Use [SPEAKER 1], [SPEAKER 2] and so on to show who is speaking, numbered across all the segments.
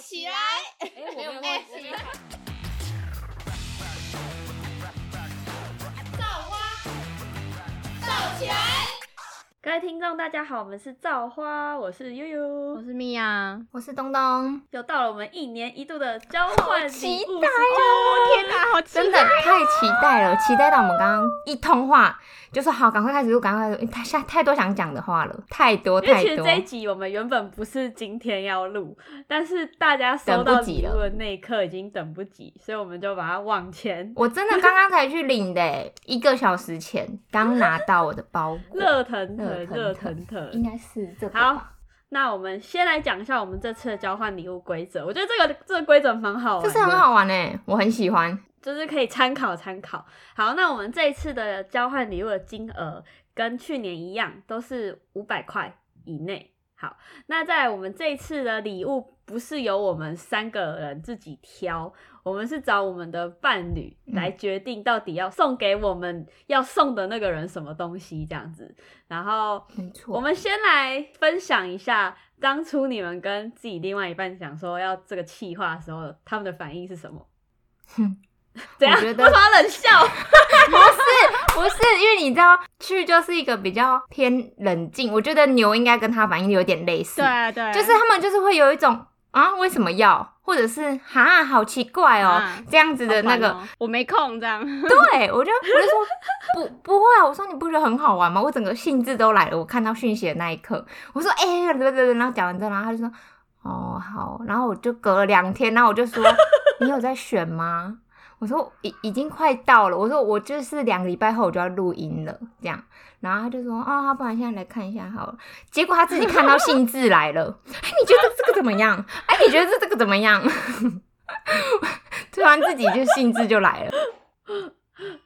[SPEAKER 1] 起来！
[SPEAKER 2] 哎，我没有
[SPEAKER 1] 哎
[SPEAKER 2] 忘记。
[SPEAKER 1] 造起来！
[SPEAKER 2] 各位听众，大家好，我们是造花，我是悠悠
[SPEAKER 3] 我，是米娅，
[SPEAKER 1] 我是东东，
[SPEAKER 2] 又到了我们一年一度的交换
[SPEAKER 1] 期
[SPEAKER 2] 礼物
[SPEAKER 1] 待
[SPEAKER 2] 哦！天哪，好期
[SPEAKER 1] 真的太期待了，期待到我们刚刚一通话就说好，赶快开始录，赶快开始录，因为太下太多想讲的话了，太多
[SPEAKER 2] 因为
[SPEAKER 1] 太
[SPEAKER 2] 其实
[SPEAKER 1] 多
[SPEAKER 2] 这。一集我们原本不是今天要录，但是大家收
[SPEAKER 1] 等
[SPEAKER 2] 到
[SPEAKER 1] 不
[SPEAKER 2] 礼
[SPEAKER 1] 及了
[SPEAKER 2] 物的那一刻已经等不及，所以我们就把它往前。
[SPEAKER 1] 我真的刚刚才去领的欸，一个小时前刚拿到我的包 裹，
[SPEAKER 2] 热腾腾，热
[SPEAKER 1] 热
[SPEAKER 2] 腾
[SPEAKER 1] 腾
[SPEAKER 2] 腾
[SPEAKER 1] 应。该是这个吧。
[SPEAKER 2] 好，那我们先来讲一下我们这次的交换礼物规则。我觉得这个这个规则蛮好玩的，
[SPEAKER 1] 这是很好玩哎，我很喜 欢。
[SPEAKER 2] 就是可以参考参考。好，那我们这一次的交换礼物的金额跟去年一样，都是五百块以内。好，那在我们这一次的礼物不是由我们三个人自己挑，我们是找我们的伴侣来决定到底要送给我们要送的那个人什么东西，这样子。然后
[SPEAKER 1] 没
[SPEAKER 2] 我
[SPEAKER 1] 错，
[SPEAKER 2] 们先来分享一下当初你们跟自己另外一半讲说要这个企划的时候，他们的反应是什么？
[SPEAKER 1] 哼，
[SPEAKER 2] 怎样？
[SPEAKER 1] 我觉得
[SPEAKER 2] 为什么要冷笑？
[SPEAKER 1] 不是因为你知道去就是一个比较偏冷静，我觉得牛应该跟他反应有点类似。
[SPEAKER 3] 对啊对啊，
[SPEAKER 1] 就是他们就是会有一种啊，为什么要，或者是哈，好奇怪哦，
[SPEAKER 3] 啊
[SPEAKER 1] 这样子的那个。
[SPEAKER 3] 好烦哦我没空这样。
[SPEAKER 1] 对，我就我就说不不会啊，我说你不觉得很好玩吗？我整个兴致都来了，我看到讯息的那一刻，我说哎，对对对，然后讲完之后，然后他就说哦好，然后我就隔了两天，然后我就说 你有在选吗？我说已已经快到了，我说我就是两个礼拜后我就要录音了，这样，然后他就说哦，好，不然现在来看一下好了。结果他自己看到兴致来了，哎，你觉得这个怎么样？哎，你觉得这这个怎么样？ 突然自己就兴致就来了，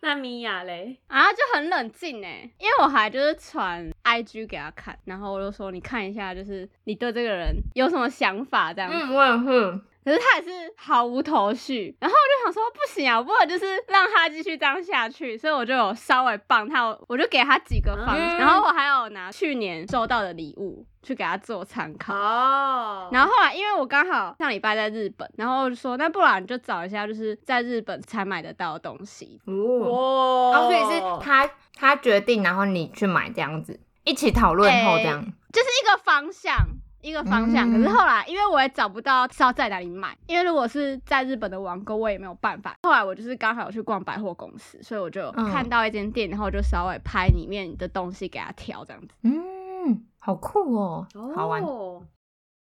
[SPEAKER 2] 那米娅嘞？
[SPEAKER 3] 啊，就很冷静哎，因为我还就是传 IG 给他看，然后我就说你看一下，就是你对这个人有什么想法这样。
[SPEAKER 1] 嗯，我也会。
[SPEAKER 3] 可是他也是毫无头绪，然后我就想说不行啊，我不能就是让他继续这样下去，所以我就有稍微帮他，我就给他几个方，
[SPEAKER 1] 嗯
[SPEAKER 3] 然后我还有拿去年收到的礼物去给他做参考。
[SPEAKER 2] 哦
[SPEAKER 3] 然后后来，因为我刚好上礼拜在日本，然后我就说那不然你就找一下，就是在日本才买得到的东西。
[SPEAKER 1] 哦，
[SPEAKER 2] 哇
[SPEAKER 1] 哦，所以是他他决定，然后你去买这样子，一起讨论后这样。
[SPEAKER 3] 就是一个方向，一个方向。
[SPEAKER 1] 嗯
[SPEAKER 3] 可是后来，因为我也找不到是要在哪里买，因为如果是在日本的网购，我也没有办法。后来我就是刚好有去逛百货公司，所以我就
[SPEAKER 1] 嗯
[SPEAKER 3] 看到一间店，然后我就稍微拍里面的东西给他挑，这样子。
[SPEAKER 1] 嗯，好酷哦，好玩。
[SPEAKER 2] 哦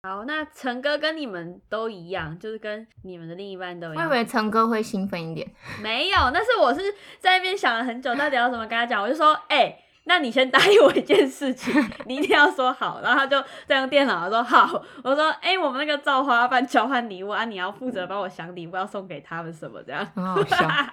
[SPEAKER 2] 好，那陈哥跟你们都一样，就是跟你们的另一半都一
[SPEAKER 1] 我以
[SPEAKER 2] 样。
[SPEAKER 1] 为陈哥会兴奋一点，
[SPEAKER 2] 没有，但是我是在那边想了很久，到底要怎么跟他讲？我就说，哎、那你先答应我一件事情，你一定要说好。然后他就在用电脑说好。我说，哎、我们那个造花办交换礼物啊，你要负责帮我想礼物要送给他们什么这样。
[SPEAKER 1] 很好笑。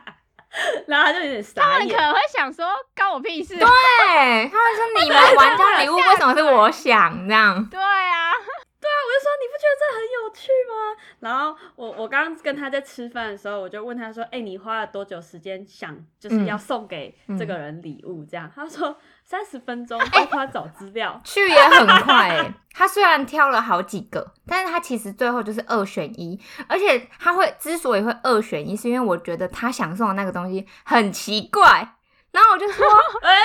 [SPEAKER 2] 然后他就有点傻
[SPEAKER 3] 他们可
[SPEAKER 2] 眼。
[SPEAKER 3] 能会想说，关我屁事。
[SPEAKER 1] 对，他们说你们玩交礼物为什么是我想这样？
[SPEAKER 3] 对啊，
[SPEAKER 2] 我就说你不觉得这很有趣吗？然后我我刚刚跟他在吃饭的时候，我就问他说：“哎、你花了多久时间想就是要送给这个人礼物？”这样、他说三十分钟，包括找资料。
[SPEAKER 1] 去也很快、欸， 他虽然挑了好几个，但是他其实最后就是二选一，而且他会之所以会二选一，是因为我觉得他想送的那个东西很奇怪，然后我就说，哎、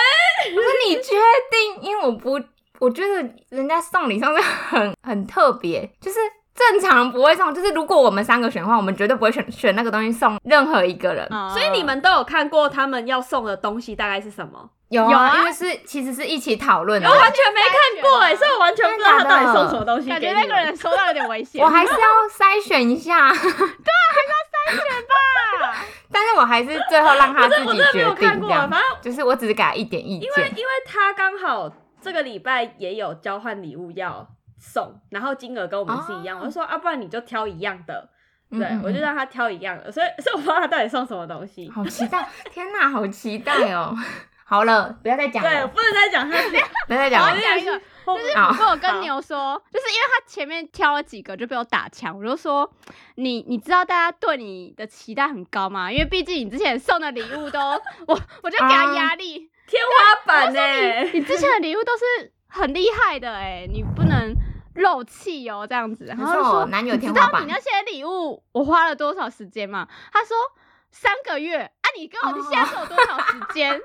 [SPEAKER 1] 我说你确定？因为我不，我觉得人家送礼送的很很特别，就是。正常人不会送，就是如果我们三个选的话，我们绝对不会选选那个东西送任何一个人。
[SPEAKER 3] 所
[SPEAKER 2] 所以你们都有看过他们要送的东西大概是什么？
[SPEAKER 1] 有啊，
[SPEAKER 3] 有啊
[SPEAKER 1] 因为是其实是一起讨论
[SPEAKER 2] 嗯
[SPEAKER 1] 的
[SPEAKER 2] 我。完全没看过哎、所以我完全不知道他到底送什么东西
[SPEAKER 3] 感
[SPEAKER 2] 给
[SPEAKER 3] 觉
[SPEAKER 2] 你
[SPEAKER 3] 那
[SPEAKER 2] 们
[SPEAKER 3] 个人收到有点危险。
[SPEAKER 1] 我还是要筛选一 下，
[SPEAKER 3] 啊
[SPEAKER 1] 但是我还是最后让他自
[SPEAKER 2] 我真
[SPEAKER 1] 己
[SPEAKER 2] 的没
[SPEAKER 1] 决
[SPEAKER 2] 有看
[SPEAKER 1] 定
[SPEAKER 2] 过，
[SPEAKER 1] 这
[SPEAKER 2] 反
[SPEAKER 1] 样，
[SPEAKER 2] 正
[SPEAKER 1] 就是我只是给他一点意
[SPEAKER 2] 因为
[SPEAKER 1] 见。
[SPEAKER 2] 因为他刚好这个礼拜也有交换礼物要送，然后金额跟我们是一样，
[SPEAKER 1] 哦
[SPEAKER 2] 我就说啊，不然你就挑一样的，
[SPEAKER 1] 嗯
[SPEAKER 2] 对
[SPEAKER 1] 嗯嗯
[SPEAKER 2] 我就让他挑一样的，所以 所以我不知道他到底送什么东西。
[SPEAKER 1] 好期待， 天哪，好期待哦！ 好了，不要再讲
[SPEAKER 2] 对，我
[SPEAKER 1] 了，
[SPEAKER 2] 不能再讲他，
[SPEAKER 1] 不要再讲
[SPEAKER 3] 我要
[SPEAKER 1] 了。
[SPEAKER 3] 讲一个，
[SPEAKER 2] 啊
[SPEAKER 3] 就是
[SPEAKER 1] 好
[SPEAKER 3] 我跟我跟牛说，就是因为他前面挑了几个就被我打枪，我就说你你知道大家对你的期待很高吗？因为毕竟你之前送的礼物都，我我就给
[SPEAKER 1] 哦
[SPEAKER 3] 他压力，
[SPEAKER 2] 天花板呢、欸
[SPEAKER 3] 你之前的礼物都是很厉害的哎、你不能。肉漏气哦，这样子。然
[SPEAKER 1] 没
[SPEAKER 3] 后就说
[SPEAKER 1] 错，男友
[SPEAKER 3] 你知
[SPEAKER 1] 天花
[SPEAKER 3] 道
[SPEAKER 1] 板
[SPEAKER 3] 你那些礼物我花了多少时间吗？他说三个月啊，你跟我
[SPEAKER 1] 哦
[SPEAKER 3] 你现在给我多少时间？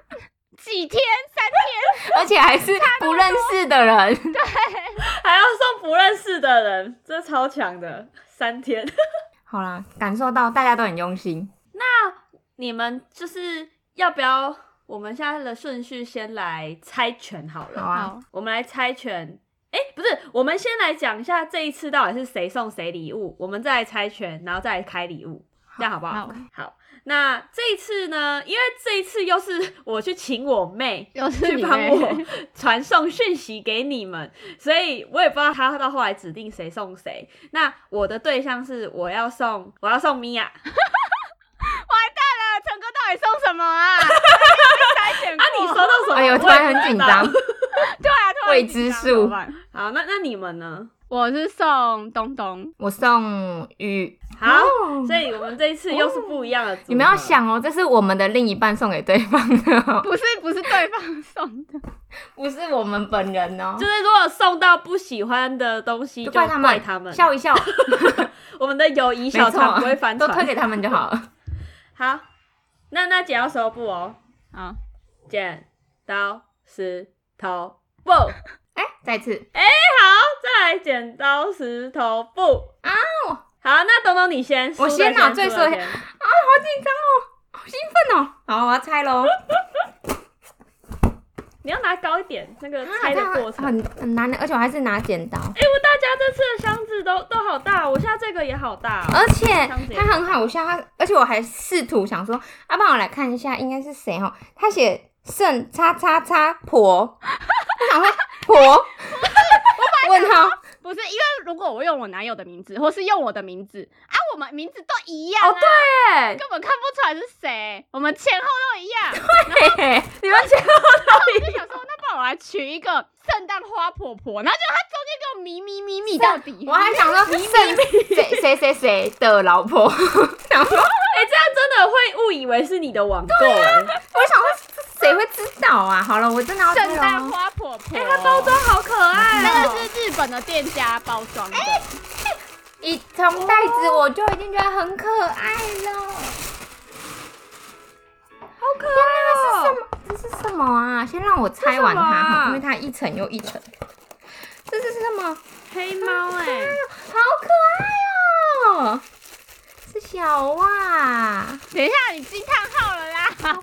[SPEAKER 3] 几天？
[SPEAKER 1] 而且还是不认识的人，
[SPEAKER 2] 还要送不认识的人，这超强的，三天。
[SPEAKER 1] 好啦，感受到大家都很用心。
[SPEAKER 2] 你们就是要不要？我们现在的顺序先来猜拳好了，
[SPEAKER 1] 好
[SPEAKER 3] 三
[SPEAKER 1] 啊，
[SPEAKER 3] 好，
[SPEAKER 2] 我们来猜拳。哎、不是，我们先来讲一下这一次到底是谁送谁礼物，我们再来猜拳，然后再来开礼物，这样好不好？
[SPEAKER 3] 好
[SPEAKER 2] 好，那这一次呢？因为这一次又是我去请我妹
[SPEAKER 3] 又是
[SPEAKER 2] 去
[SPEAKER 3] 你
[SPEAKER 2] 帮
[SPEAKER 3] 妹
[SPEAKER 2] 我传送讯息给你们，所以我也不知道她到后来指定谁送谁。那我的对象是我要送我要送米娅，
[SPEAKER 1] 哦
[SPEAKER 3] 啊，陈哥到底送什么啊？ 筛选
[SPEAKER 2] 啊
[SPEAKER 3] 过，
[SPEAKER 2] 你收到什么？
[SPEAKER 1] 哎呦，突然很紧张
[SPEAKER 2] 我也不知道。
[SPEAKER 3] 对啊，突然
[SPEAKER 1] 未
[SPEAKER 3] 紧张
[SPEAKER 1] 知数
[SPEAKER 3] 怎么办
[SPEAKER 2] 好，那那你们呢？
[SPEAKER 3] 我是送东东，
[SPEAKER 1] 我送鱼，
[SPEAKER 2] 好，所以我们这一次又是不一样的组合。
[SPEAKER 1] 哦你们要想哦，这是我们的另一半送给对方的、哦，
[SPEAKER 3] 不是不是对方送的，
[SPEAKER 1] 不是我们本人哦
[SPEAKER 2] 就。是如果送到不喜欢的东西，就
[SPEAKER 1] 怪
[SPEAKER 2] 怪
[SPEAKER 1] 们，
[SPEAKER 2] 他们。
[SPEAKER 1] 笑一笑，
[SPEAKER 2] 我们的友谊
[SPEAKER 1] 没
[SPEAKER 2] 小船
[SPEAKER 1] 错，
[SPEAKER 2] 不会翻
[SPEAKER 1] 都推
[SPEAKER 2] 船。
[SPEAKER 1] 给他们就好了。
[SPEAKER 2] 好，那那姐要手布哦，
[SPEAKER 3] 好，
[SPEAKER 2] 剪刀石头布。好，
[SPEAKER 1] 哎、再次，
[SPEAKER 2] 再来剪刀石头布
[SPEAKER 1] 啊我
[SPEAKER 2] 好，那东东你先，
[SPEAKER 1] 我先
[SPEAKER 2] 拿
[SPEAKER 1] 啊最衰哦笨哦，好，我要猜 喽。
[SPEAKER 2] 你要拿高一点，那个
[SPEAKER 1] 啊
[SPEAKER 2] 拆
[SPEAKER 1] 这
[SPEAKER 2] 的
[SPEAKER 1] 样
[SPEAKER 2] 过程。
[SPEAKER 1] 很很难的，而且我还是拿剪刀，
[SPEAKER 2] 哎、我大家这次的箱子都都好
[SPEAKER 1] 啊
[SPEAKER 2] 大，哦我现在这个也好大、哦。
[SPEAKER 1] 而且
[SPEAKER 2] 这样子也
[SPEAKER 1] 它很好笑，它而且我还试图想说，啊，不然我来看一下应该是谁哦，他写圣叉叉叉婆，我 想说婆问号。
[SPEAKER 3] 不是因为如果我用我男友的名字，或是用我的名字啊，我们名字都一样啊，
[SPEAKER 2] 哦对，
[SPEAKER 3] 根本看不出来是谁，我们前后都一样。
[SPEAKER 1] 嘿嘿
[SPEAKER 2] 你们先
[SPEAKER 3] 我就想说，那不然我来取一个圣诞花婆婆，然后就他中间给我迷迷迷迷到底，
[SPEAKER 1] 我还想说圣谁谁谁谁的老婆， 想说
[SPEAKER 2] 哎、这样真的会误以为是你的网购、哎、
[SPEAKER 1] 我想说谁会知道啊？好了，我真的 要
[SPEAKER 3] 圣
[SPEAKER 1] 猜
[SPEAKER 3] 诞
[SPEAKER 1] 哦。
[SPEAKER 3] 花婆婆，
[SPEAKER 2] 哎、它包装好可爱、
[SPEAKER 3] 那
[SPEAKER 2] 哦。
[SPEAKER 3] 个是日本的店家包装的，
[SPEAKER 1] 以从袋子我就已经觉得很可爱了。
[SPEAKER 2] 好可爱哦、
[SPEAKER 1] 这是什么啊？先让我拆
[SPEAKER 2] 这是什
[SPEAKER 1] 完它
[SPEAKER 2] 么
[SPEAKER 1] 哈，
[SPEAKER 2] 啊
[SPEAKER 1] 因为它一层又一层。这是什么？
[SPEAKER 2] 黑猫哎、
[SPEAKER 1] 好可爱哦！是小袜。
[SPEAKER 3] 等一下你惊叹号了啦！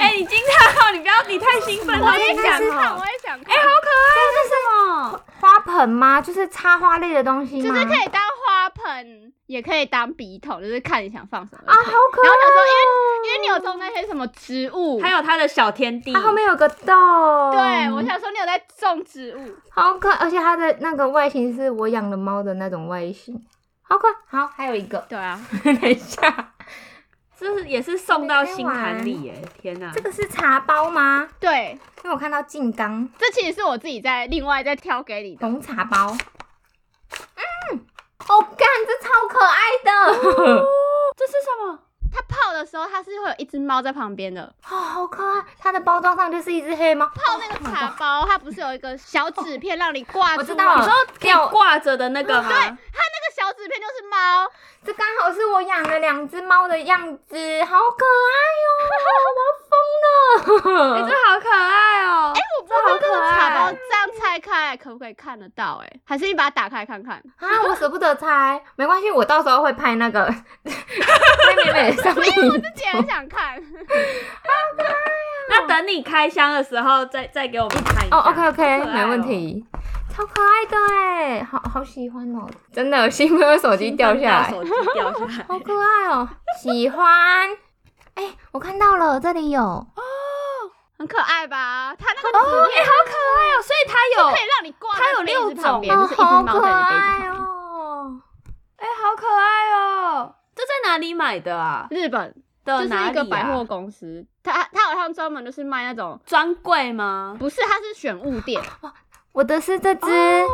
[SPEAKER 2] 哎、你惊叹号，你不要，你太兴奋了，
[SPEAKER 3] 我也
[SPEAKER 2] 你
[SPEAKER 3] 想
[SPEAKER 2] 想
[SPEAKER 3] 看，
[SPEAKER 2] 哦。
[SPEAKER 3] 我也想
[SPEAKER 2] 哎、
[SPEAKER 3] 看，
[SPEAKER 2] 好可爱，这是什么？
[SPEAKER 1] 花盆吗？就是插花类的东西
[SPEAKER 3] 就
[SPEAKER 1] 吗？
[SPEAKER 3] 是可以当花盆，也可以当笔筒，就是看你想放什么
[SPEAKER 1] 啊，好可
[SPEAKER 3] 然后想说，
[SPEAKER 1] 爱。
[SPEAKER 3] 因为因为你有种那些什么植物，
[SPEAKER 2] 还有嗯它的小天地，
[SPEAKER 1] 它后面有个洞。
[SPEAKER 3] 对我想说你有在种植物，
[SPEAKER 1] 好可爱，而且它的那个外形是我养的猫的那种外形，好可爱。好，还有一 个，
[SPEAKER 3] 对啊，
[SPEAKER 1] 等一下，
[SPEAKER 2] 这是也是送到心坎里哎、天哪、
[SPEAKER 1] 这个是茶包吗？
[SPEAKER 3] 对，
[SPEAKER 1] 因为我看到静冈
[SPEAKER 3] 这其实是我自己在另外再挑给你的。
[SPEAKER 1] 红茶包，嗯，哦，干，这超可爱的，
[SPEAKER 2] 这是什么？
[SPEAKER 3] 它泡的时候，它是会有一只猫在旁边的。
[SPEAKER 1] 哦，好可爱。它的包装上就是一只黑猫，哦
[SPEAKER 3] 泡那个茶包，它不是有一个小纸片让你挂住
[SPEAKER 1] 我
[SPEAKER 3] 吗？
[SPEAKER 1] 知道
[SPEAKER 2] 你
[SPEAKER 1] 了
[SPEAKER 2] 说，可以挂着的那个吗？对，
[SPEAKER 3] 那个小纸片就是猫，
[SPEAKER 1] 这刚好是我养了两只猫的样子，好可爱哟、我
[SPEAKER 2] 哎、
[SPEAKER 1] 要疯 了。
[SPEAKER 2] 这好可爱哦、哎、
[SPEAKER 3] 我不知道
[SPEAKER 2] 这
[SPEAKER 3] 那
[SPEAKER 2] 好可
[SPEAKER 3] 个
[SPEAKER 2] 爱
[SPEAKER 3] 茶包这样拆开来可不可以看得到、哎，还是你把它打开看看？
[SPEAKER 1] 啊，我舍不得拆，没关系，我到时候会拍那个 拍妹妹的照
[SPEAKER 3] 因为我
[SPEAKER 1] 片。
[SPEAKER 3] 自己很想 看。
[SPEAKER 2] 那等你开箱的时候再再给我们看一下。
[SPEAKER 1] 哦，OK
[SPEAKER 2] 好
[SPEAKER 1] OK，
[SPEAKER 2] 可爱
[SPEAKER 1] 没
[SPEAKER 2] 哦
[SPEAKER 1] 问。题，超可爱的哎，好好喜欢哦，真的，幸亏我手机掉下来，
[SPEAKER 2] 手机掉下来。
[SPEAKER 1] 好可爱哦，喜欢。哎、我看到了，这里有，
[SPEAKER 3] 很可爱吧？它那个纸片
[SPEAKER 2] 哦哎好可爱哦！所以它有
[SPEAKER 3] 可，以让你挂在
[SPEAKER 2] 它有
[SPEAKER 3] 杯子
[SPEAKER 2] 六种
[SPEAKER 3] 旁边，
[SPEAKER 1] 哦，
[SPEAKER 3] 就是一只
[SPEAKER 1] 好
[SPEAKER 3] 猫
[SPEAKER 1] 可
[SPEAKER 3] 在你杯子
[SPEAKER 1] 爱
[SPEAKER 3] 旁边。
[SPEAKER 1] 哦。
[SPEAKER 2] 哎、好可爱哦！ 这在哪里买的啊？
[SPEAKER 3] 日本就
[SPEAKER 2] 的
[SPEAKER 3] 是
[SPEAKER 2] 哪
[SPEAKER 3] 一
[SPEAKER 2] 里、啊？
[SPEAKER 3] 个百货公司，它它好像专门就是卖那种，
[SPEAKER 2] 专柜吗？
[SPEAKER 3] 不是，它是选物店，
[SPEAKER 1] 我的是这只，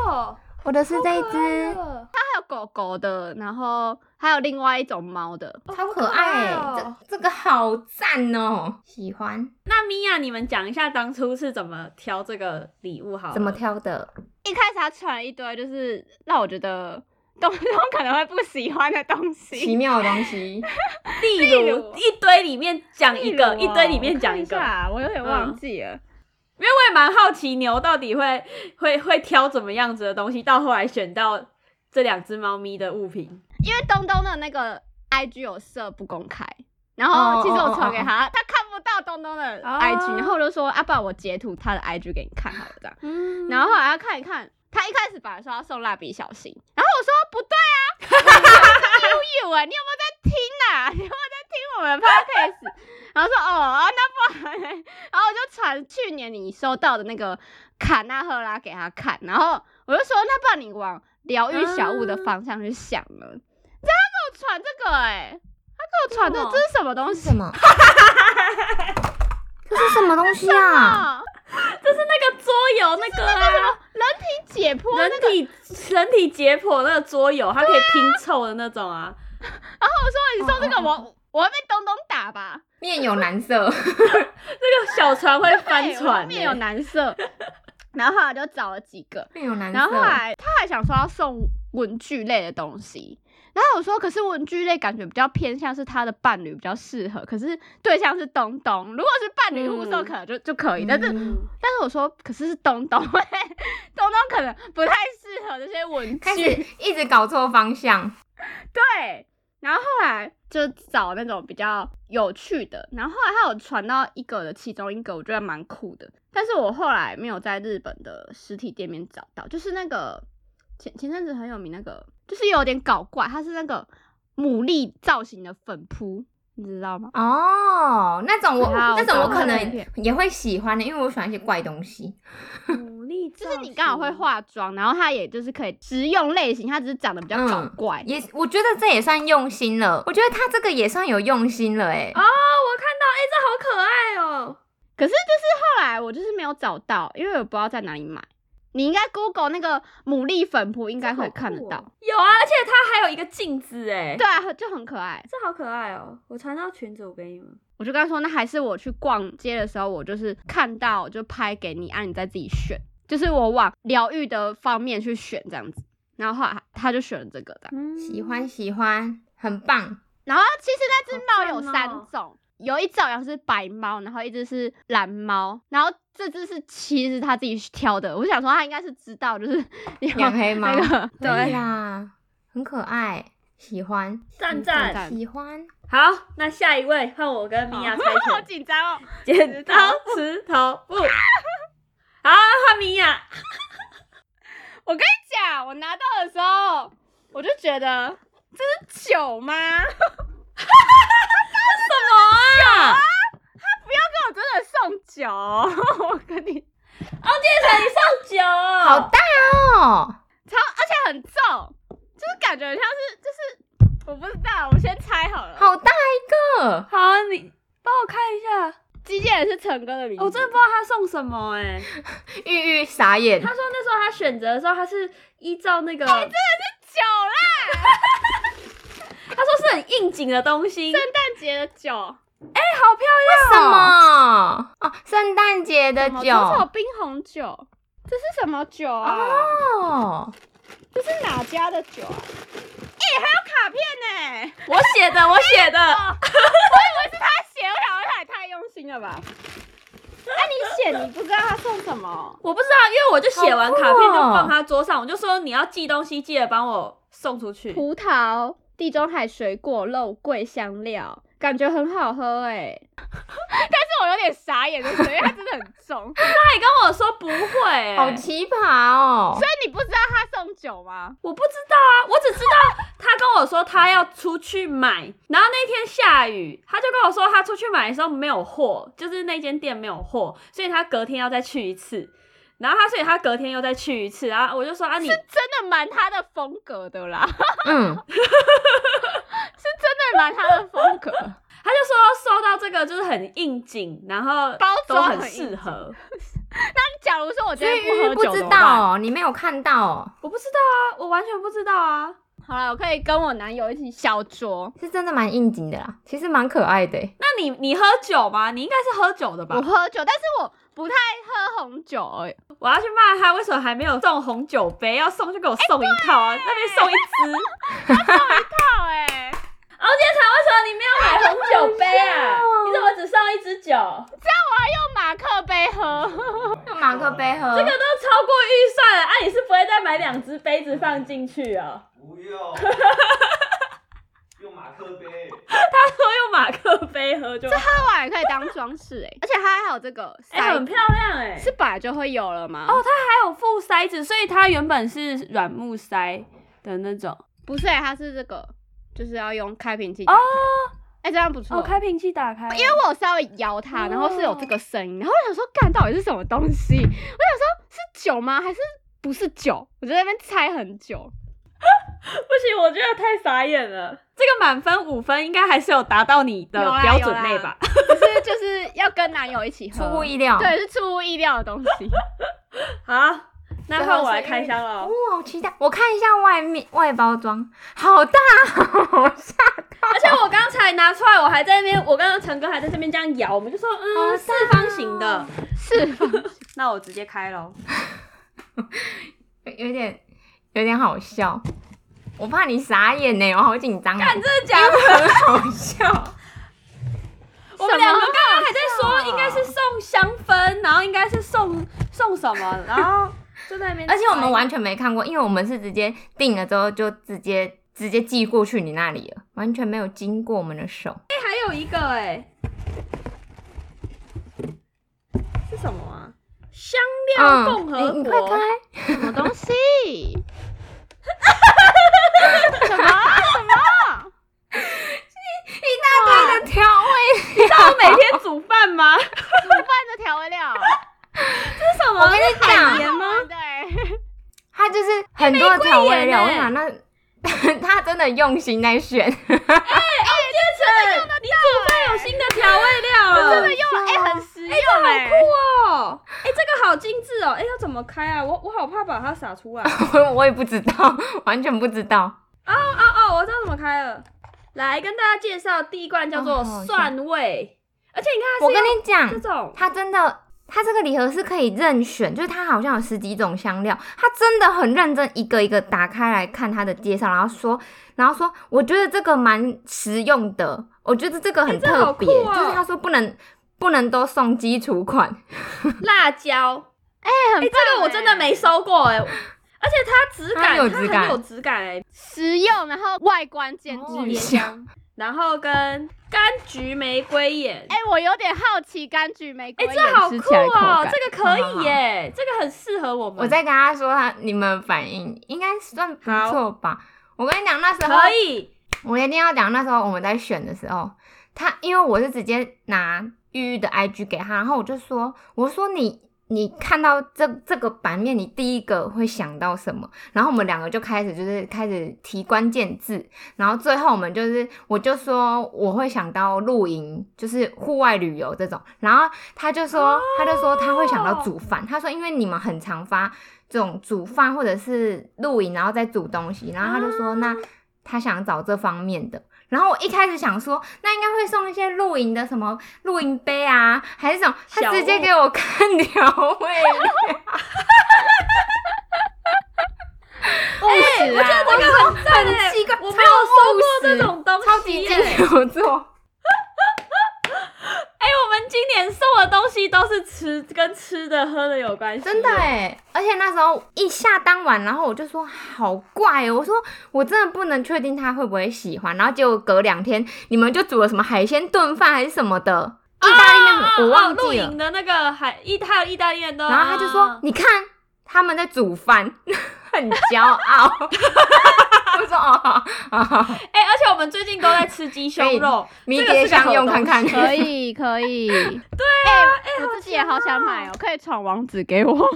[SPEAKER 2] 哦，
[SPEAKER 1] 我的是这一只，
[SPEAKER 3] 还有狗狗的，然后还有另外一种猫的，
[SPEAKER 2] 哦
[SPEAKER 1] 超可爱哎、
[SPEAKER 2] 好可爱哦
[SPEAKER 1] 这这个好赞哦，喜欢。
[SPEAKER 2] 那米娅，你们讲一下当初是怎么挑这个礼物好？
[SPEAKER 1] 怎么？挑的？
[SPEAKER 3] 一开始他传了一堆，就是让我觉得 东东可能会不喜欢的东
[SPEAKER 1] 奇
[SPEAKER 3] 西。
[SPEAKER 1] 妙的东西，
[SPEAKER 2] 例
[SPEAKER 3] 例
[SPEAKER 2] 如
[SPEAKER 3] 如
[SPEAKER 2] 一堆里面讲一个，
[SPEAKER 3] 例
[SPEAKER 2] 一
[SPEAKER 3] 如哦
[SPEAKER 2] 堆里面讲一
[SPEAKER 3] 我
[SPEAKER 2] 个，
[SPEAKER 3] 看下我有点忘记了。
[SPEAKER 2] 因为我也蛮好奇牛到底会会会挑怎么样子的东西，到后来选到这两只猫咪的物品。
[SPEAKER 3] 因为东东的那个 IG 有设不公开，然后其实我传给他，他看不到东东的
[SPEAKER 2] 哦
[SPEAKER 3] IG，、然后我就说啊，不然我截图他的 IG 给你看好了这样。
[SPEAKER 2] 嗯
[SPEAKER 3] 然后后来他看一看，他一开始本来说要送蜡笔小新，然后我说不对 啊，悠悠哎，你有没有在听啊？ 你有没有在听我们的 podcast？然后说哦，啊那不然嘞，然后我就传去年你收到的那个卡纳赫拉给他看，然后我就说那不然你往疗愈小物的
[SPEAKER 2] 嗯
[SPEAKER 3] 方向去想了，你知道他给我传这个哎、他给我传的
[SPEAKER 2] 真的哦
[SPEAKER 3] 这是什么东
[SPEAKER 1] 这
[SPEAKER 3] 西
[SPEAKER 1] 是什么？ 这是什么东西啊？
[SPEAKER 3] 啊？
[SPEAKER 2] 就是那个桌游那个啊，
[SPEAKER 3] 人体解剖
[SPEAKER 2] 人
[SPEAKER 3] 那个
[SPEAKER 2] 体人体解剖那个桌游，它可以拼凑的那种啊。
[SPEAKER 3] 我说你送这个我我会被东东打吧？
[SPEAKER 1] 面有难色，
[SPEAKER 2] 那个小船会翻
[SPEAKER 3] 对我
[SPEAKER 2] 船、
[SPEAKER 3] 后哎面有
[SPEAKER 2] 欸，
[SPEAKER 3] 男色，然后后来就找了几个，
[SPEAKER 1] 面有难色。
[SPEAKER 3] 然后后来他还想说要送文具类的东西，然后我说可是文具类感觉比较偏向是他的伴侣比较适合，可是对象是东东，如果是伴侣互送
[SPEAKER 2] 嗯
[SPEAKER 3] 可能就、就可以，但是、
[SPEAKER 1] 嗯
[SPEAKER 3] 但是我说可是是东东、欸， 东东可能不太适合这些文
[SPEAKER 1] 开
[SPEAKER 3] 具，
[SPEAKER 1] 始一直搞错方向，
[SPEAKER 3] 对，然后后来就找那种比较有趣的，然后后来他有传到一个的其中一个，我觉得蛮酷的，但是我后来没有在日本的实体店面找到，就是那个前前阵子很有名那个，就是有点搞怪，它是那个牡蛎造型的粉扑，你知道吗？
[SPEAKER 1] 哦，那种我
[SPEAKER 3] 好
[SPEAKER 1] 那种我
[SPEAKER 3] 搞错
[SPEAKER 1] 可能
[SPEAKER 3] 了一点
[SPEAKER 1] 也会喜欢的，因为我喜欢一些怪东西。
[SPEAKER 2] 努力
[SPEAKER 3] 就是你刚好会，
[SPEAKER 2] 哦
[SPEAKER 3] 化妆，然后它也就是可以实用类型，它只是长得比较搞
[SPEAKER 1] 嗯
[SPEAKER 3] 怪。
[SPEAKER 1] 也我觉得这也算用心了，我觉得他这个也算有用心了哎、
[SPEAKER 2] 哦，我看到，哎、这好可爱哦。
[SPEAKER 3] 可是就是后来我就是没有找到，因为我不知道在哪里买。你应该 Google 那个牡蛎粉扑，应该会看得到。
[SPEAKER 1] 哦
[SPEAKER 2] 有啊，而且它还有一个镜子哎，
[SPEAKER 3] 对，啊，就很可爱。
[SPEAKER 2] 这好可爱哦！我传到群组给你们。
[SPEAKER 3] 我就跟他说，那还是我去逛街的时候，我就是看到就拍给你，啊，你再自己选。就是我往疗愈的方面去选这样子。然后后来他就选了这个的。
[SPEAKER 2] 嗯，
[SPEAKER 1] 喜欢喜欢，很棒。
[SPEAKER 3] 然后其实那只
[SPEAKER 2] 好
[SPEAKER 3] 猫
[SPEAKER 2] 赞
[SPEAKER 3] 有
[SPEAKER 2] 哦
[SPEAKER 3] 三种，有一种好像是白猫，然后一只是蓝猫，然后这只是其实他自己挑的。我想说他应该是知道，就是 有
[SPEAKER 1] 养黑猫
[SPEAKER 3] 那 个
[SPEAKER 1] 可以
[SPEAKER 3] 对。
[SPEAKER 1] 啦，哎很可爱，喜欢
[SPEAKER 2] 赞
[SPEAKER 3] 赞
[SPEAKER 2] 赞。
[SPEAKER 1] 喜欢。
[SPEAKER 2] 好，那下一位换我跟米娅猜
[SPEAKER 3] 好
[SPEAKER 2] 拳，
[SPEAKER 3] 紧张哦！
[SPEAKER 2] 剪刀石头布。 好，换米娅。
[SPEAKER 3] 我跟你讲，我拿到的时候，我就觉得这是酒吗？ 他
[SPEAKER 2] 啊！
[SPEAKER 3] 给我真的送酒，我 跟你
[SPEAKER 2] 哦，建成，你送酒哦。
[SPEAKER 1] 好大哦！
[SPEAKER 3] 超，而且很重，就是感觉像是就是我不知道，我先猜好了。
[SPEAKER 1] 好大一个，
[SPEAKER 2] 好，你帮我看一下。
[SPEAKER 3] 基建人是陈哥的名字，
[SPEAKER 2] 我真的不知道他送什么哎、
[SPEAKER 1] 玉玉傻眼
[SPEAKER 2] 他，说那时候他选择的时候，他是依照那个，
[SPEAKER 3] 酒啦，
[SPEAKER 2] 他说是很应景的东西。
[SPEAKER 3] 圣诞节的酒，
[SPEAKER 2] 好漂
[SPEAKER 1] 什么？哦，圣诞节的
[SPEAKER 3] 什么
[SPEAKER 1] 酒
[SPEAKER 3] 草草冰红酒，这是什么酒啊？
[SPEAKER 1] 哦，
[SPEAKER 3] 这是哪家的酒啊？哎、还有卡片呢、
[SPEAKER 2] 亮，我写 的，我写的。
[SPEAKER 3] 哦，我以为是他写，我想说他也太用心了吧？那你写，你不知道他送什么？
[SPEAKER 2] 我不知道，因为我就写完
[SPEAKER 1] 好酷哦
[SPEAKER 2] 卡片就放他桌上，我就说你要寄东西，记得帮我送出去。
[SPEAKER 3] 葡萄、地中海水果、肉桂香料，感觉很好喝哎、 但是我有点傻眼，就是因为它真的很重。 所
[SPEAKER 2] 他还跟我说不会、欸，
[SPEAKER 1] 好奇葩哦！
[SPEAKER 3] 以你不知道他送酒吗？
[SPEAKER 2] 我不知道啊，我只知道他跟我说他要出去买，然后那天下雨，他就跟我说他出去买的时候没有货，就是那间店没有货，所以他隔天要再去一次。然后他，所以他隔天又再去一次，然后我就说啊你，
[SPEAKER 3] 真的蛮他的风格的啦，真
[SPEAKER 1] 嗯，
[SPEAKER 3] 的蛮他的风格。
[SPEAKER 2] 他就说收到这个就是很应景，然后
[SPEAKER 3] 包
[SPEAKER 2] 都
[SPEAKER 3] 装
[SPEAKER 2] 很
[SPEAKER 3] 很应
[SPEAKER 2] 适合。
[SPEAKER 3] 假如说我今
[SPEAKER 1] 所以
[SPEAKER 3] 天
[SPEAKER 1] 玉玉
[SPEAKER 3] 不喝
[SPEAKER 1] 不
[SPEAKER 3] 酒
[SPEAKER 1] 知
[SPEAKER 3] 怎么办？
[SPEAKER 1] 道哦，你没有看到哦，
[SPEAKER 2] 我不知道啊，我完全不知道啊。
[SPEAKER 3] 好了，我可以跟我男友一起小酌。
[SPEAKER 1] 是真的蛮应景的啦，其实蛮可爱的耶。欸
[SPEAKER 2] 那你你喝酒吗？你应该是喝酒的吧
[SPEAKER 3] 我？喝酒，但是我不太喝红酒欸而已。
[SPEAKER 2] 我要去骂他，为什么还没有送红酒杯？要送就给我送一套
[SPEAKER 3] 哎
[SPEAKER 2] 啊，那边送一支。
[SPEAKER 3] 靠哎、
[SPEAKER 2] 敖姐厂为什么你没有买红酒杯啊？你怎么只送一支酒？
[SPEAKER 3] 用马克杯喝，
[SPEAKER 1] 用马克杯喝。
[SPEAKER 2] 这个都超过预算了，啊，你是不会再买两只杯子放进去 哦？
[SPEAKER 4] 不用，用马克杯。
[SPEAKER 2] 他说用马克杯喝就好，
[SPEAKER 3] 喝完也可以当装饰哎，而且它还有这个
[SPEAKER 2] 哎、
[SPEAKER 3] 塞
[SPEAKER 2] 很
[SPEAKER 3] 子，
[SPEAKER 2] 漂亮哎、
[SPEAKER 3] 是本来就会有了吗？
[SPEAKER 2] 哦还有副塞子，所以它原本是软木塞的那种。
[SPEAKER 3] 不是、欸，它是这个，就是要用开瓶器打
[SPEAKER 2] 哦
[SPEAKER 3] 开。哎、这样不错。
[SPEAKER 2] 哦，开瓶器打开，
[SPEAKER 3] 因为我有稍微摇它，然后是有这个声音，然后我想说，干到底是什么东西？我想说是酒吗？还是不是酒？我就在那边猜很久。
[SPEAKER 2] 不行，我觉得太傻眼了。这个满分五分，应该还是有达到你的
[SPEAKER 3] 有啦
[SPEAKER 2] 标准内吧？
[SPEAKER 3] 只是就是要跟男友一起喝，
[SPEAKER 1] 出乎意料，
[SPEAKER 3] 对，是出乎意料的东西。
[SPEAKER 2] 好，那
[SPEAKER 1] 最
[SPEAKER 2] 换
[SPEAKER 1] 后
[SPEAKER 2] 我来
[SPEAKER 1] 是
[SPEAKER 2] 开箱
[SPEAKER 1] 哦
[SPEAKER 2] 了。，
[SPEAKER 1] 好期待！我看一下外面外包装，好大哦， 吓
[SPEAKER 2] 而且我刚才拿出来，我还在那边，我刚刚陈哥还在这边这样摇，我们就说，嗯，
[SPEAKER 1] 好
[SPEAKER 2] 四方形的。
[SPEAKER 3] 是 吗，
[SPEAKER 2] 那我直接开喽。
[SPEAKER 1] 有有点有点好笑，我怕你傻眼呢，我好紧张啊，
[SPEAKER 2] 真的假的？
[SPEAKER 1] 很好笑。
[SPEAKER 2] 我们两个刚刚还在说，应该是送香氛，然后应该是送送什么，然后就在那边。
[SPEAKER 1] 而且我们完全没看过，因为我们是直接订了之后就直接直接寄过去你那里了，完全没有经过我们的手。
[SPEAKER 2] 还有一个哎、是什么啊？香料共和国，
[SPEAKER 1] 嗯你你快开！
[SPEAKER 3] 什么东 西？什么什么？
[SPEAKER 1] 一大堆的调味，
[SPEAKER 2] 你知道我每天煮饭吗？是
[SPEAKER 3] 煮饭的调味料？
[SPEAKER 2] 什么？
[SPEAKER 1] 我跟你
[SPEAKER 2] 海
[SPEAKER 1] 讲，
[SPEAKER 2] 盐吗？
[SPEAKER 3] 对，
[SPEAKER 1] 它就是很多调味料，
[SPEAKER 2] 玫
[SPEAKER 1] 我
[SPEAKER 2] 瑰
[SPEAKER 1] 想那 他真的用心在选，
[SPEAKER 2] 真的，你煮饭有新的调味料了，
[SPEAKER 3] 真的用了，哎，很实用哎，
[SPEAKER 2] 酷哦！哎、这个好精致哦！哎、要怎么开啊？我我好怕把它洒 出来。哦
[SPEAKER 1] 我我也不知道，完全不知道。
[SPEAKER 2] 哦哦，我知道怎么开了。来跟大家介绍，第一罐叫做
[SPEAKER 1] 哦好
[SPEAKER 2] 蒜味，而且
[SPEAKER 1] 我
[SPEAKER 2] 你
[SPEAKER 1] 跟
[SPEAKER 2] 看
[SPEAKER 1] 你
[SPEAKER 2] 它是用
[SPEAKER 1] 讲
[SPEAKER 2] 这，种，
[SPEAKER 1] 它真的，它这个礼盒是可以任选，就是它好像有十几种香料，它真的很认真一个一个打开来看它的介绍，然后说，然后说，我觉得这个蛮实用的，我觉得这个很
[SPEAKER 2] 这好
[SPEAKER 1] 特别，
[SPEAKER 2] 酷哦
[SPEAKER 1] 就是他说不能不能都送基础款，
[SPEAKER 2] 辣椒，
[SPEAKER 3] 哎，
[SPEAKER 2] 哎、
[SPEAKER 3] 很
[SPEAKER 2] 这个我真的没收过哎、而且它质感，
[SPEAKER 1] 它有质感
[SPEAKER 2] 它很有质感哎、
[SPEAKER 3] 实用，然后外观兼
[SPEAKER 1] 哦
[SPEAKER 3] 具
[SPEAKER 1] 也。
[SPEAKER 2] 香，然后跟柑橘玫瑰眼，
[SPEAKER 3] 哎，我有点好奇柑橘玫
[SPEAKER 2] 哎、
[SPEAKER 3] 瑰，
[SPEAKER 2] 这好酷
[SPEAKER 3] 吃起来口
[SPEAKER 2] 哦，
[SPEAKER 3] 感
[SPEAKER 2] 这个可
[SPEAKER 1] 好好
[SPEAKER 2] 以耶、这个很适合我们。
[SPEAKER 1] 我在跟他说他你们反应应该算不错吧。我跟你讲，那时候
[SPEAKER 2] 可以，
[SPEAKER 1] 我一定要讲，那时候我们在选的时候，他因为我是直接拿玉玉的 IG 给他，然后我就说，我说你你看到这这个版面，你第一个会想到什么？然后我们两个就开始就是开始提关键字，然后最后我们就是我就说我会想到露营，就是户外旅游这种，然后他就
[SPEAKER 2] 哦
[SPEAKER 1] 说、他就说他会想到煮饭，他说因为你们很常发这种煮饭或者是露营，然后再煮东西，然后他就
[SPEAKER 2] 啊
[SPEAKER 1] 说、那他想找这方面的。然后我一开始想说，那应该会送一些露营的什么露营杯啊，还是什么？他直接
[SPEAKER 2] 小物
[SPEAKER 1] 给我看 调味料，哎
[SPEAKER 3] 务实啊，
[SPEAKER 2] 这个很赞
[SPEAKER 1] 很
[SPEAKER 2] 哎、
[SPEAKER 1] 奇怪，
[SPEAKER 2] 我
[SPEAKER 1] 超
[SPEAKER 2] 没有收过
[SPEAKER 1] 务实
[SPEAKER 2] 这种东西、
[SPEAKER 1] 超级 金牛座。
[SPEAKER 2] 哎、我们今年送的东西都是吃跟吃的喝的有关系，
[SPEAKER 1] 真的哎、而且那时候一下单完，然后我就说好怪哦、我说我真的不能确定他会不会喜欢，然后结果隔两天你们就煮了什么海鲜炖饭还是什么的，意大利面、
[SPEAKER 2] 哦
[SPEAKER 1] 我忘
[SPEAKER 2] 露
[SPEAKER 1] 记了，
[SPEAKER 2] 营的那个海意还有意大利面都，
[SPEAKER 1] 然后他就说你看他们在煮饭， 很骄傲。 我说哦，好好好好
[SPEAKER 2] 哎、而且我们最近都在吃鸡胸 肉，
[SPEAKER 1] 迷迭香用看看。
[SPEAKER 3] 可以可以。 对啊，哎，我自己也好想买哦，可以闯王子给我。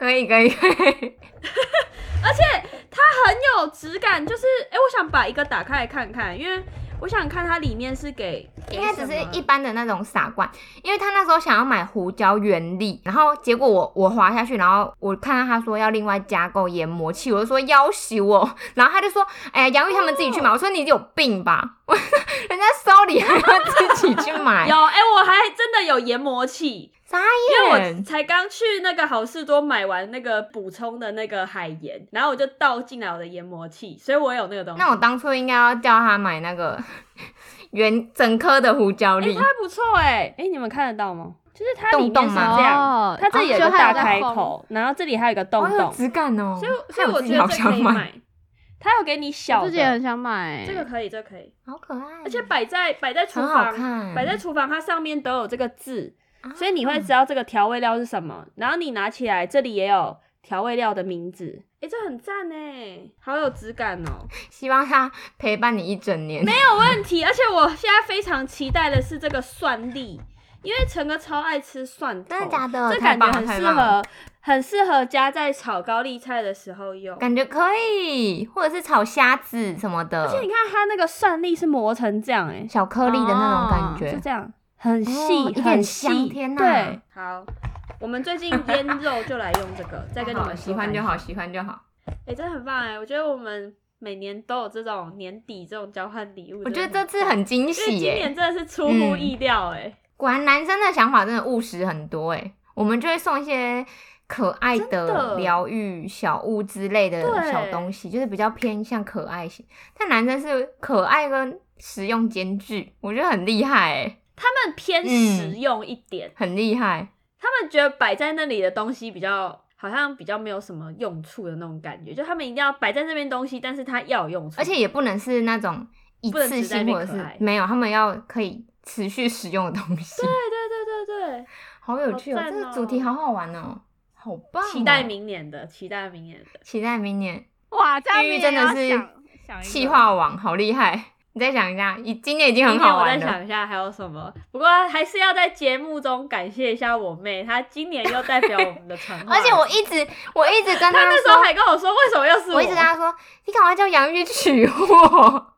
[SPEAKER 1] 可以可以可以，
[SPEAKER 2] 而且它很有质感，就是哎、我想把一个打开来看看，因为我想看它里面是给
[SPEAKER 1] 应该只是一
[SPEAKER 2] 一
[SPEAKER 1] 般的那种傻罐，因为他那时候想要买胡椒原粒，然后结果我我滑下去，然后我看到他说要另外加购研磨器，我就说要求哦，然后他就说，哎呀，杨玉他们自己去买，
[SPEAKER 2] 哦
[SPEAKER 1] 我说你有病吧， 我说人家收礼还要自己去买，
[SPEAKER 2] 有哎、我还真的有研磨器，
[SPEAKER 1] 眨
[SPEAKER 2] 因为我
[SPEAKER 1] 眼，
[SPEAKER 2] 才刚去那个好事多买完那个补充的那个海盐，然后我就倒进来我的研磨器，所以我有那个东西。
[SPEAKER 1] 那我当初应该要叫他买那个原整颗的胡椒
[SPEAKER 2] 哎、
[SPEAKER 1] 粒。
[SPEAKER 2] 它还不错哎、哎、你们看得到吗？就是它里面
[SPEAKER 1] 洞洞
[SPEAKER 2] 是
[SPEAKER 1] 吗
[SPEAKER 2] 这样，
[SPEAKER 3] 哦，
[SPEAKER 2] 它这里有一
[SPEAKER 3] 就
[SPEAKER 2] 个
[SPEAKER 3] 还
[SPEAKER 2] 大
[SPEAKER 3] 有在
[SPEAKER 2] 开
[SPEAKER 3] 缝
[SPEAKER 2] 口，然后这里还有一个洞
[SPEAKER 1] 好有
[SPEAKER 2] 洞，
[SPEAKER 1] 质感哦，
[SPEAKER 2] 所以所以
[SPEAKER 1] 害
[SPEAKER 2] 我
[SPEAKER 1] 自
[SPEAKER 2] 觉
[SPEAKER 1] 己
[SPEAKER 2] 得
[SPEAKER 1] 好
[SPEAKER 2] 这可
[SPEAKER 1] 想
[SPEAKER 2] 以
[SPEAKER 1] 买，
[SPEAKER 2] 买， 它有给你小
[SPEAKER 3] 我自己也
[SPEAKER 2] 的
[SPEAKER 3] 很，想买，
[SPEAKER 2] 这个可以，这个可以，
[SPEAKER 1] 好可爱，哦
[SPEAKER 2] 而且摆在摆在厨
[SPEAKER 1] 很好
[SPEAKER 2] 房，
[SPEAKER 1] 看，
[SPEAKER 2] 摆在厨房它上面都有这个字，
[SPEAKER 1] 啊，
[SPEAKER 2] 所以你会知道这个调味料是什么，然后你拿起来，这里也有调味料的名字，哎、这很赞哎，好有质感哦、
[SPEAKER 1] 希望它陪伴你一整年。
[SPEAKER 2] 没有问题，而且我现在非常期待的是这个蒜粒，因为陈哥超爱吃蒜头，
[SPEAKER 1] 真的假的？
[SPEAKER 2] 哦这
[SPEAKER 1] 太
[SPEAKER 2] 感
[SPEAKER 1] 棒
[SPEAKER 2] 觉
[SPEAKER 1] 了
[SPEAKER 2] 很
[SPEAKER 1] 太
[SPEAKER 2] 适
[SPEAKER 1] 棒了
[SPEAKER 2] 合，很适合加在炒高丽菜的时候用。
[SPEAKER 1] 感觉可以，或者是炒虾子什么的，
[SPEAKER 2] 而且你看它那个蒜粒是磨成这样、欸，
[SPEAKER 1] 小颗粒的那种感
[SPEAKER 2] 哎，
[SPEAKER 1] 觉
[SPEAKER 2] 就。这样，很
[SPEAKER 1] 哦
[SPEAKER 2] 细，
[SPEAKER 1] 有点
[SPEAKER 2] 很
[SPEAKER 1] 香
[SPEAKER 2] 细。
[SPEAKER 1] 天哪
[SPEAKER 2] 对，好，我们最近腌肉就来用这个， 再跟你
[SPEAKER 1] 好
[SPEAKER 2] 们
[SPEAKER 1] 喜欢就
[SPEAKER 2] 好。
[SPEAKER 1] 好，喜欢就好。
[SPEAKER 2] 哎、真的很棒哎、我觉得我们每年都有这种年底这种交换礼物，
[SPEAKER 1] 我觉得
[SPEAKER 2] 真的很
[SPEAKER 1] 这次
[SPEAKER 2] 棒
[SPEAKER 1] 很惊
[SPEAKER 2] 因为
[SPEAKER 1] 喜
[SPEAKER 2] 今
[SPEAKER 1] 耶！
[SPEAKER 2] 年真的是出乎
[SPEAKER 1] 嗯
[SPEAKER 2] 意料哎、
[SPEAKER 1] 果然男生的想法真的务实很多哎，我们就会送一些可爱
[SPEAKER 2] 真
[SPEAKER 1] 的
[SPEAKER 2] 的
[SPEAKER 1] 疗愈小物之类的
[SPEAKER 2] 对
[SPEAKER 1] 小东西，就是比较偏向可爱型。但男生是可爱跟实用兼具，我觉得很厉害哎，
[SPEAKER 2] 他们偏
[SPEAKER 1] 嗯
[SPEAKER 2] 实用一点，
[SPEAKER 1] 很厉害。
[SPEAKER 2] 他们觉得摆在那里的东西比较。好像比较没有什么用处的那种感觉，就他们一定要摆在那边东西，但是它要有用处，
[SPEAKER 1] 而且也不能是那种一
[SPEAKER 2] 不能只
[SPEAKER 1] 次
[SPEAKER 2] 在那
[SPEAKER 1] 性
[SPEAKER 2] 边
[SPEAKER 1] 或者
[SPEAKER 2] 可
[SPEAKER 1] 是
[SPEAKER 2] 爱
[SPEAKER 1] 没有，他们要可以持续使用的东西。
[SPEAKER 2] 对对对对对，
[SPEAKER 1] 好有趣哦
[SPEAKER 2] 好，赞
[SPEAKER 1] 这
[SPEAKER 2] 哦
[SPEAKER 1] 个主题好好玩哦，好棒哦、
[SPEAKER 2] 期待明年的，期待明年的。
[SPEAKER 1] 期待明年
[SPEAKER 3] 哇，这样
[SPEAKER 1] 玉玉
[SPEAKER 3] 你
[SPEAKER 1] 真
[SPEAKER 3] 也
[SPEAKER 1] 的
[SPEAKER 3] 要
[SPEAKER 1] 是
[SPEAKER 3] 想想一个
[SPEAKER 1] 气化网好厉害，你再想一下，已今年已经很好玩
[SPEAKER 2] 明年我再
[SPEAKER 1] 了。
[SPEAKER 2] 想一下还有什么，不过还是要在节目中感谢一下我妹，她今年又代表我们的传话。
[SPEAKER 1] 而且我一直我一直
[SPEAKER 2] 她
[SPEAKER 1] 跟
[SPEAKER 2] 那时候
[SPEAKER 1] 说，
[SPEAKER 2] 还跟我说，为什么又是
[SPEAKER 1] 我一直跟他说，你赶快叫杨玉娶我。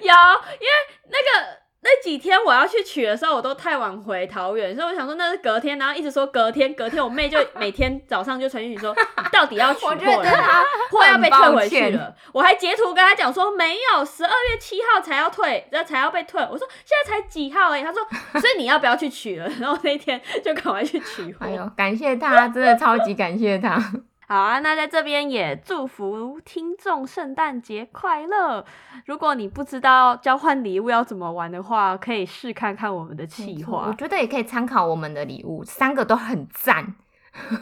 [SPEAKER 2] 有，因为那个那几天我要去取的时候，我都太晚回桃园，所以我想说那是隔天，然后一直说隔天，隔天，我妹就每天早上就传讯息 说，你到底要取货
[SPEAKER 1] 我觉得
[SPEAKER 2] 了
[SPEAKER 1] 他
[SPEAKER 2] 吗， 货要被退
[SPEAKER 1] 很抱
[SPEAKER 2] 回去
[SPEAKER 1] 歉
[SPEAKER 2] 了。我还截图跟她讲说，没有，十二月七号才要退，这才要被退。我说现在才几号哎、欸，她说所以你要不要去取了？ 然后那一天就赶快去取货。
[SPEAKER 1] 哎呦，感谢他，真的超级感谢他。
[SPEAKER 2] 好啊，那在这边也祝福听众圣诞节快乐。如果你不知道交换礼物要怎么玩的话，可以试看看我们的 企
[SPEAKER 1] 我
[SPEAKER 2] 划。
[SPEAKER 1] 觉得也可以参考我们的礼物，三个都很赞。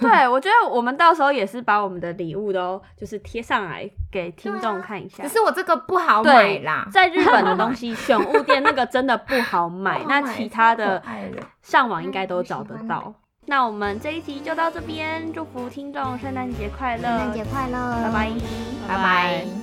[SPEAKER 2] 对，我觉得我们到时候也是把我们的礼物都就是贴上来给听众看一下
[SPEAKER 1] 只。是我这个不好
[SPEAKER 2] 对
[SPEAKER 1] 买啦，
[SPEAKER 2] 在日本的东西，选物店那个真的 不好买
[SPEAKER 1] Oh 不，好
[SPEAKER 2] 那
[SPEAKER 1] 买
[SPEAKER 2] 其他的
[SPEAKER 1] 超可爱哦的
[SPEAKER 2] 上网应该都找得
[SPEAKER 1] 嗯我喜欢
[SPEAKER 2] 到。那我们这一集就到这边，祝福听众圣诞节快乐，
[SPEAKER 1] 圣诞节快乐，
[SPEAKER 2] 拜拜，
[SPEAKER 1] 拜拜